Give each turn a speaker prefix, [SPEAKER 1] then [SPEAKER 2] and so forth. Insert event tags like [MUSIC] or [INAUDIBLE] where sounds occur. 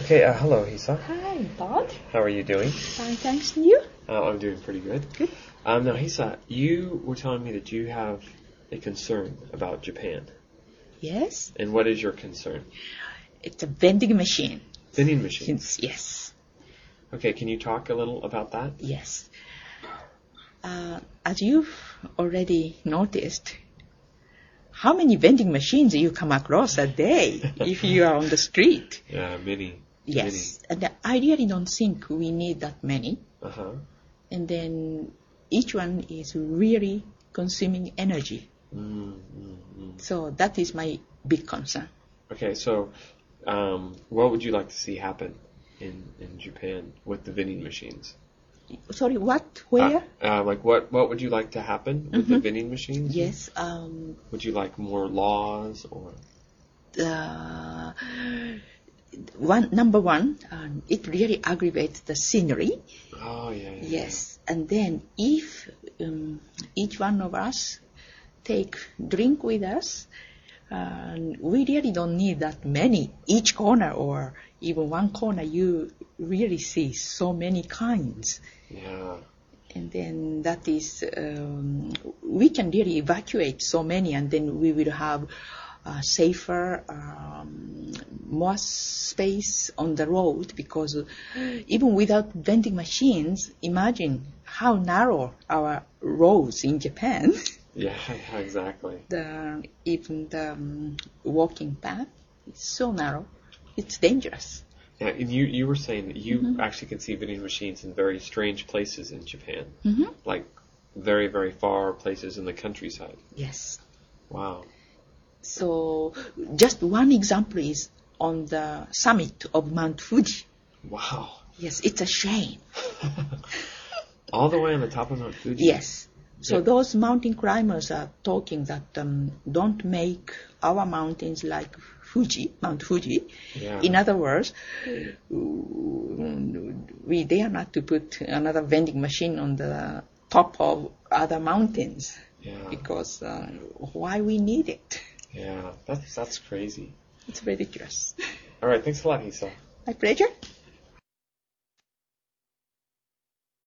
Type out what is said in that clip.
[SPEAKER 1] Okay, uh, hello, Hisa.
[SPEAKER 2] Hi, Bob.
[SPEAKER 1] How are you doing?
[SPEAKER 2] Fine, thanks. And you?
[SPEAKER 1] Uh, I'm doing pretty good.
[SPEAKER 2] Good.
[SPEAKER 1] Um, now, Hisa, you were telling me that you have a concern about Japan.
[SPEAKER 2] Yes.
[SPEAKER 1] And what is your concern?
[SPEAKER 2] It's a vending machine.
[SPEAKER 1] Vending machines.
[SPEAKER 2] Yes, yes.
[SPEAKER 1] Okay, can you talk a little about that?
[SPEAKER 2] yes. Uh, as you've already noticed, how many vending machines you come across a day if you are on the street?
[SPEAKER 1] Yeah, many.
[SPEAKER 2] Yes. And I really don't think we need that
[SPEAKER 1] Many.
[SPEAKER 2] many.
[SPEAKER 1] Uh huh.
[SPEAKER 2] And then each one is really consuming energy.
[SPEAKER 1] Mm, mm, mm.
[SPEAKER 2] So that is my big concern.
[SPEAKER 1] Okay, so um, what would you like to see happen in, in Japan with the vending machines?
[SPEAKER 2] Sorry, what? Where?
[SPEAKER 1] Uh, uh, like, what, what would you like to happen with the
[SPEAKER 2] Mhm.
[SPEAKER 1] vending machines?
[SPEAKER 2] yes. Um,
[SPEAKER 1] Would you like more laws or.
[SPEAKER 2] uh, one number one, um, it really aggravates the scenery.
[SPEAKER 1] Oh, yeah. yeah, yeah.
[SPEAKER 2] Yes, and then if um, each one of us take drink with us, um, we really don't need that many each corner or even one corner. You really see so many kinds,
[SPEAKER 1] Yeah.
[SPEAKER 2] and then that is um, we can really evacuate so many, and then we will have. Uh, safer, um, more space on the road because uh, even without vending machines, imagine how narrow our roads in Japan. [LAUGHS]
[SPEAKER 1] Yeah, [LAUGHS] yeah, exactly.
[SPEAKER 2] the even the um, walking path is so narrow, it's dangerous.
[SPEAKER 1] Yeah, and you you were saying that you actually can see vending machines in very strange places in Japan,
[SPEAKER 2] hmm
[SPEAKER 1] like very very far places in the countryside.
[SPEAKER 2] Yes.
[SPEAKER 1] Wow.
[SPEAKER 2] So just one example is on the summit of Mount Fuji.
[SPEAKER 1] Wow.
[SPEAKER 2] Yes, it's a shame.
[SPEAKER 1] All the way on the top of Mount Fuji.
[SPEAKER 2] Yes. So
[SPEAKER 1] Yeah.
[SPEAKER 2] those mountain climbers are talking that um, don't make our mountains like Fuji, Mount Fuji.
[SPEAKER 1] Yeah.
[SPEAKER 2] In other words, uh, we dare not to put another vending machine on the top of other mountains
[SPEAKER 1] Yeah.
[SPEAKER 2] because uh, why we need it? [LAUGHS]
[SPEAKER 1] Yeah. That's that's crazy.
[SPEAKER 2] It's ridiculous.
[SPEAKER 1] All right. Thanks a lot, Hisa.
[SPEAKER 2] My pleasure.